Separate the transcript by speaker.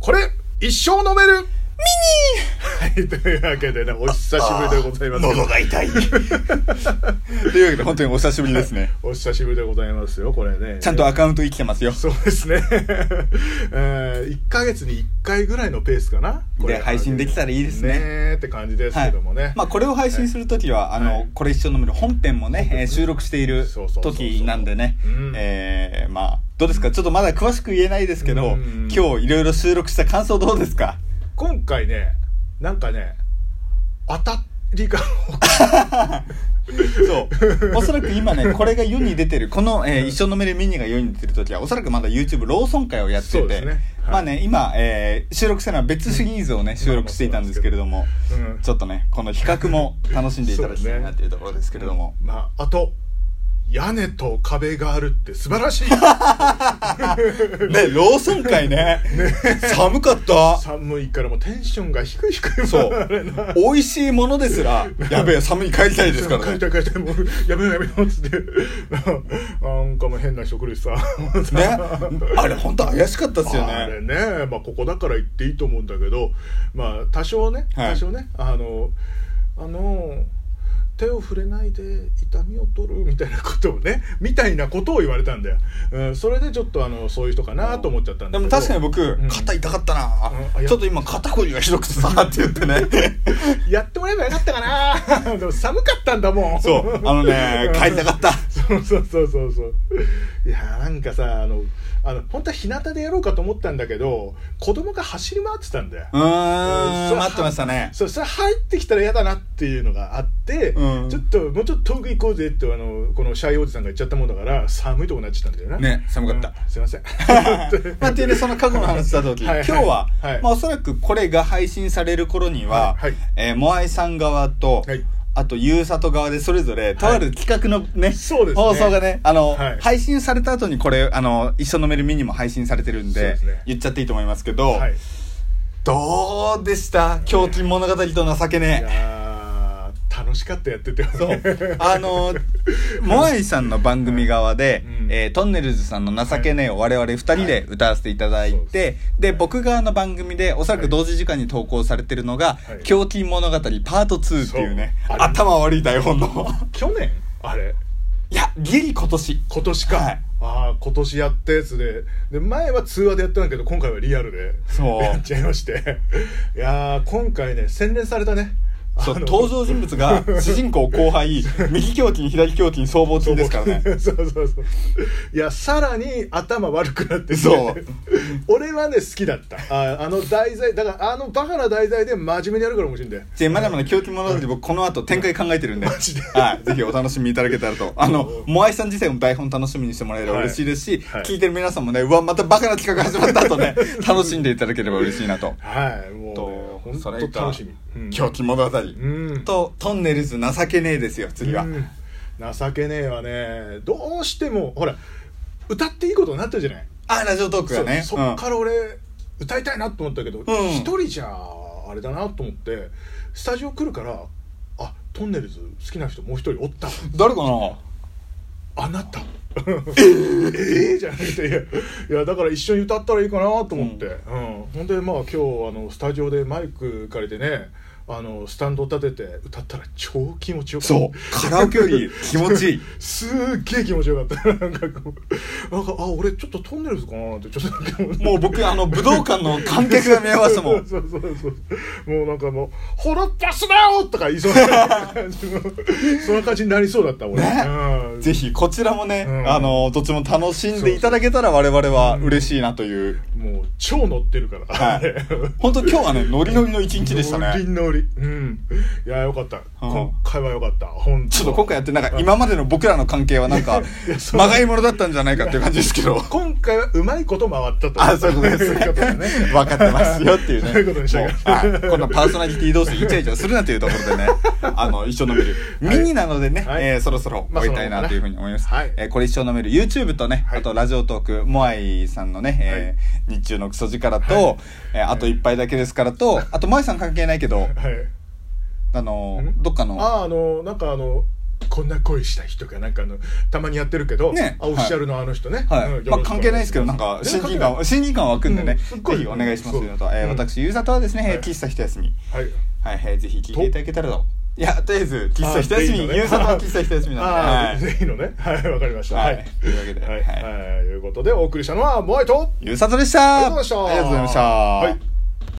Speaker 1: これ一生飲めるミニーはい、というわけでね、お久しぶりでございますけど。
Speaker 2: 喉が痛い というわけで本当にお久しぶりですね
Speaker 1: お久しぶりでございますよ、これね。
Speaker 2: ちゃんとアカウント生きてますよ
Speaker 1: そうですね。 えー、1ヶ月に1回ぐらいのペースかな。これ
Speaker 2: で配信できたらいいですね
Speaker 1: ねーって感じですけどもね。
Speaker 2: まあ、これを配信するときは、あの、
Speaker 1: はい
Speaker 2: これ一緒のむる本編もね、えー収録している
Speaker 1: そうそうそうそう
Speaker 2: 時なんでね
Speaker 1: うん、
Speaker 2: えーまあ、どうですかちょっとまだ詳しく言えないですけど、
Speaker 1: うん
Speaker 2: 今日いろいろ収録した感想どうで すか
Speaker 1: 今回ね、なんかね、当たりが多く
Speaker 2: そう。おそらく今ね、これが世に出てる、この、えー一緒のめるミニが世に出てる時は、おそらくまだ YouTube ローソン会をやって
Speaker 1: そうで
Speaker 2: て、
Speaker 1: すねはい
Speaker 2: まあね、今、えー収録したのは別シリーズをね、収録していたんですけれども、
Speaker 1: うん
Speaker 2: ちょっとね、この比較も楽しんでいただきたいなというところですけれども。
Speaker 1: まあ、あと、屋根と壁があるって素晴ら しい。
Speaker 2: ね、ローソン会ね。寒かった。
Speaker 1: 寒いからもうテンションが低い低い
Speaker 2: そ
Speaker 1: あれ
Speaker 2: う
Speaker 1: な。
Speaker 2: 美味しいものですら、やべえ、寒い帰りたいですから
Speaker 1: 帰
Speaker 2: ね
Speaker 1: り。たい帰りたいもうやめようやめようっつって なんかもう変な人来る しさ
Speaker 2: ね、あれ本当怪しかったですよ
Speaker 1: あれ
Speaker 2: ね。
Speaker 1: ね、まあ、ここだから言っていいと思うんだけど、まあ、多少ね、
Speaker 2: はい
Speaker 1: 多少ね、あの、あの、手を触れないで痛みを取るみたいなことをね、 みたいなことを言われたんだよ。うん、それでちょっとあの、そういう人かなと思っちゃったん
Speaker 2: で
Speaker 1: だけ
Speaker 2: も
Speaker 1: ど。
Speaker 2: 確かに僕
Speaker 1: う、ん
Speaker 2: 肩痛かった
Speaker 1: うんあい
Speaker 2: な。
Speaker 1: や
Speaker 2: ちょっと今肩こりがひどくてさ、って言ってね。
Speaker 1: やってもらえばよかったかな でも寒かったんだもん。
Speaker 2: そう、あのね、 帰りたかった。
Speaker 1: そうそうそうそうそういやーなんかさあのあの本当は日向でやろうかと思ったんだけど子供が走り回ってたんだよ
Speaker 2: うー
Speaker 1: そう
Speaker 2: ん、待ってましたね。
Speaker 1: そうそれ入ってきたら嫌だなっていうのがあって、
Speaker 2: うん
Speaker 1: ちょっともうちょっと遠く行こうぜってあのこのシャイおじさんが言っちゃったもんだから寒いとこになっちゃったんだよな
Speaker 2: ね寒かった
Speaker 1: うんすいま せん
Speaker 2: まあ、っていうね、その過去の話だとき、
Speaker 1: はいは
Speaker 2: 今
Speaker 1: い
Speaker 2: 日は、
Speaker 1: はい
Speaker 2: まあ、おそらくこれが配信される頃には、
Speaker 1: はいはい
Speaker 2: えーモアイさん側と、
Speaker 1: はい
Speaker 2: あと、ゆうさと側でそれぞれ、とある企画のね、
Speaker 1: そうですね
Speaker 2: 放送がね、あの、
Speaker 1: はい
Speaker 2: 配信された後にこれ、あの、一緒のメルミニも配信されてるん
Speaker 1: そう
Speaker 2: で、
Speaker 1: ですね
Speaker 2: 言っちゃっていいと思いますけど、
Speaker 1: はい、い
Speaker 2: どうでした狂気物語と情けねえ。
Speaker 1: やー楽しかったやってて
Speaker 2: そう。あの、モアイさんの番組側で、
Speaker 1: うん
Speaker 2: えートンネルズさんの情けねえを我々二人で歌わせていただい
Speaker 1: はいそう
Speaker 2: て、で、僕側の番組で、おそらく同時時間に投稿されてるのが、
Speaker 1: はい
Speaker 2: 狂気物語パート2っていうね、
Speaker 1: そうあれ
Speaker 2: 頭悪い台本の。
Speaker 1: 去年あれ
Speaker 2: いや、ギリ今年。
Speaker 1: 今年か、
Speaker 2: はい
Speaker 1: ああ今年やったやつでで前は通話でやったんだけど今回はリアルで
Speaker 2: そう
Speaker 1: やっちゃいましていやー今回ね洗練されたね
Speaker 2: そう、
Speaker 1: あの
Speaker 2: 登場人物が、主人公 後輩、右胸筋、左胸筋、僧帽筋ですからね。
Speaker 1: そうそうそういやさらに頭悪くなってて
Speaker 2: そう
Speaker 1: 俺はね好きだったああの題材だからあのバカな題材で真面目にやるから面白いんだよ
Speaker 2: でまだまだ狂気物語僕この後展開考えてるんで
Speaker 1: ジで
Speaker 2: はい、ぜひお楽しみいただけたらとあのモアイさん自体も台本楽しみにしてもらえれば
Speaker 1: はい
Speaker 2: 嬉しいですし、
Speaker 1: はい
Speaker 2: 聞いてる皆さんもねうわまたバカな企画始まった とね楽しんでいただければ嬉しいなと。
Speaker 1: はいもう、ね、本当楽しみ、うん
Speaker 2: 狂気物語、
Speaker 1: うん
Speaker 2: とトンネルズ情けねえですよ次は、
Speaker 1: うん情けねえわねどうしてもほら歌っていいことになったじゃない
Speaker 2: あラジオトークがね
Speaker 1: そうそっ
Speaker 2: う
Speaker 1: か
Speaker 2: ん
Speaker 1: ら俺歌いたいなと思ったけど一、
Speaker 2: ん
Speaker 1: 人じゃあれだなと思ってスタジオ来るからあトンネルズ好きな人もう一人おった
Speaker 2: 誰かな
Speaker 1: あなた ええじゃなくていやいやだから一緒に歌ったらいいかなと思って、うんほんでまあ今日あのスタジオでマイク借りてねあのスタンド立てて歌ったら超気持ちよかった
Speaker 2: そうカラオケより気持ちいい
Speaker 1: すっげえ気持ちよかったなんかこうなんかあ俺ちょっとトンネルズかなってちょっとなんか思って
Speaker 2: もう僕あの武道館の観客が見えました もん
Speaker 1: そうそうそうそうもうなんかもう「ホロッパスだよ!」とか言いそうな感じのそんな感じになりそうだった俺、
Speaker 2: ね
Speaker 1: うん
Speaker 2: ぜひこちらもね、
Speaker 1: うん
Speaker 2: あのどっちも楽しんでいただけたら我々は嬉しいなという、
Speaker 1: もう超乗ってるから、
Speaker 2: は
Speaker 1: あ
Speaker 2: い
Speaker 1: れ
Speaker 2: 本当今日はねノリノリの一日でした
Speaker 1: ノリ
Speaker 2: ね
Speaker 1: ノリうんいやよかった、今回はよかった本当
Speaker 2: ちょっと今回やってなんか今までの僕らの関係はなんか
Speaker 1: いやそう
Speaker 2: まがいものだったんじゃないかっていう感じですけど
Speaker 1: 今回はうまいこと回ったと
Speaker 2: あそういうことですね
Speaker 1: いうことだね
Speaker 2: 分かってますよっていうね
Speaker 1: そういうことにしとき
Speaker 2: もう
Speaker 1: ます
Speaker 2: はいこのパーソナリティ同士イチャイチャするなというところ でねあの一緒飲めるミニなのでね、
Speaker 1: はい
Speaker 2: えーそろそろ終えたいなというふうに思います、
Speaker 1: まあそのままね
Speaker 2: えーこれ一緒飲める YouTube とね、
Speaker 1: はい
Speaker 2: あとラジオトークモアイさんのね、えー日中のクソ力と、えーあと一杯だけですからとあとモアイさん関係ないけど
Speaker 1: はい
Speaker 2: あの
Speaker 1: ん
Speaker 2: どっかの
Speaker 1: ああのなんかあのこんな恋した人がなんかあのたまにやってるけど、
Speaker 2: ね
Speaker 1: あオフィシャルのあの人ね、
Speaker 2: はい
Speaker 1: うんよ
Speaker 2: まあ、
Speaker 1: ろしくお願
Speaker 2: 関
Speaker 1: し
Speaker 2: 係ないですけどなんか親近感は親近感湧くんでね、
Speaker 1: うんすっごい
Speaker 2: ぜひお願いしますというのと、
Speaker 1: そう
Speaker 2: えー
Speaker 1: うん
Speaker 2: 私ゆうさとはですね、
Speaker 1: はい
Speaker 2: えー喫茶一休み
Speaker 1: はい
Speaker 2: はい、はい、ぜひ聞いていただけたらといやとりあえず喫茶
Speaker 1: あ
Speaker 2: 一休み
Speaker 1: いいのね
Speaker 2: ゆうさとは喫茶一休みな
Speaker 1: あ
Speaker 2: ん
Speaker 1: あ
Speaker 2: で、
Speaker 1: ー、
Speaker 2: は
Speaker 1: ぜ
Speaker 2: い
Speaker 1: ひのねはいわかりました
Speaker 2: はいというわけ
Speaker 1: は
Speaker 2: で
Speaker 1: い、
Speaker 2: はい
Speaker 1: はいということでお送りしたのはモアイと
Speaker 2: ゆうさとでし
Speaker 1: あ
Speaker 2: た
Speaker 1: りがとうございました
Speaker 2: ありがとうございました、
Speaker 1: はい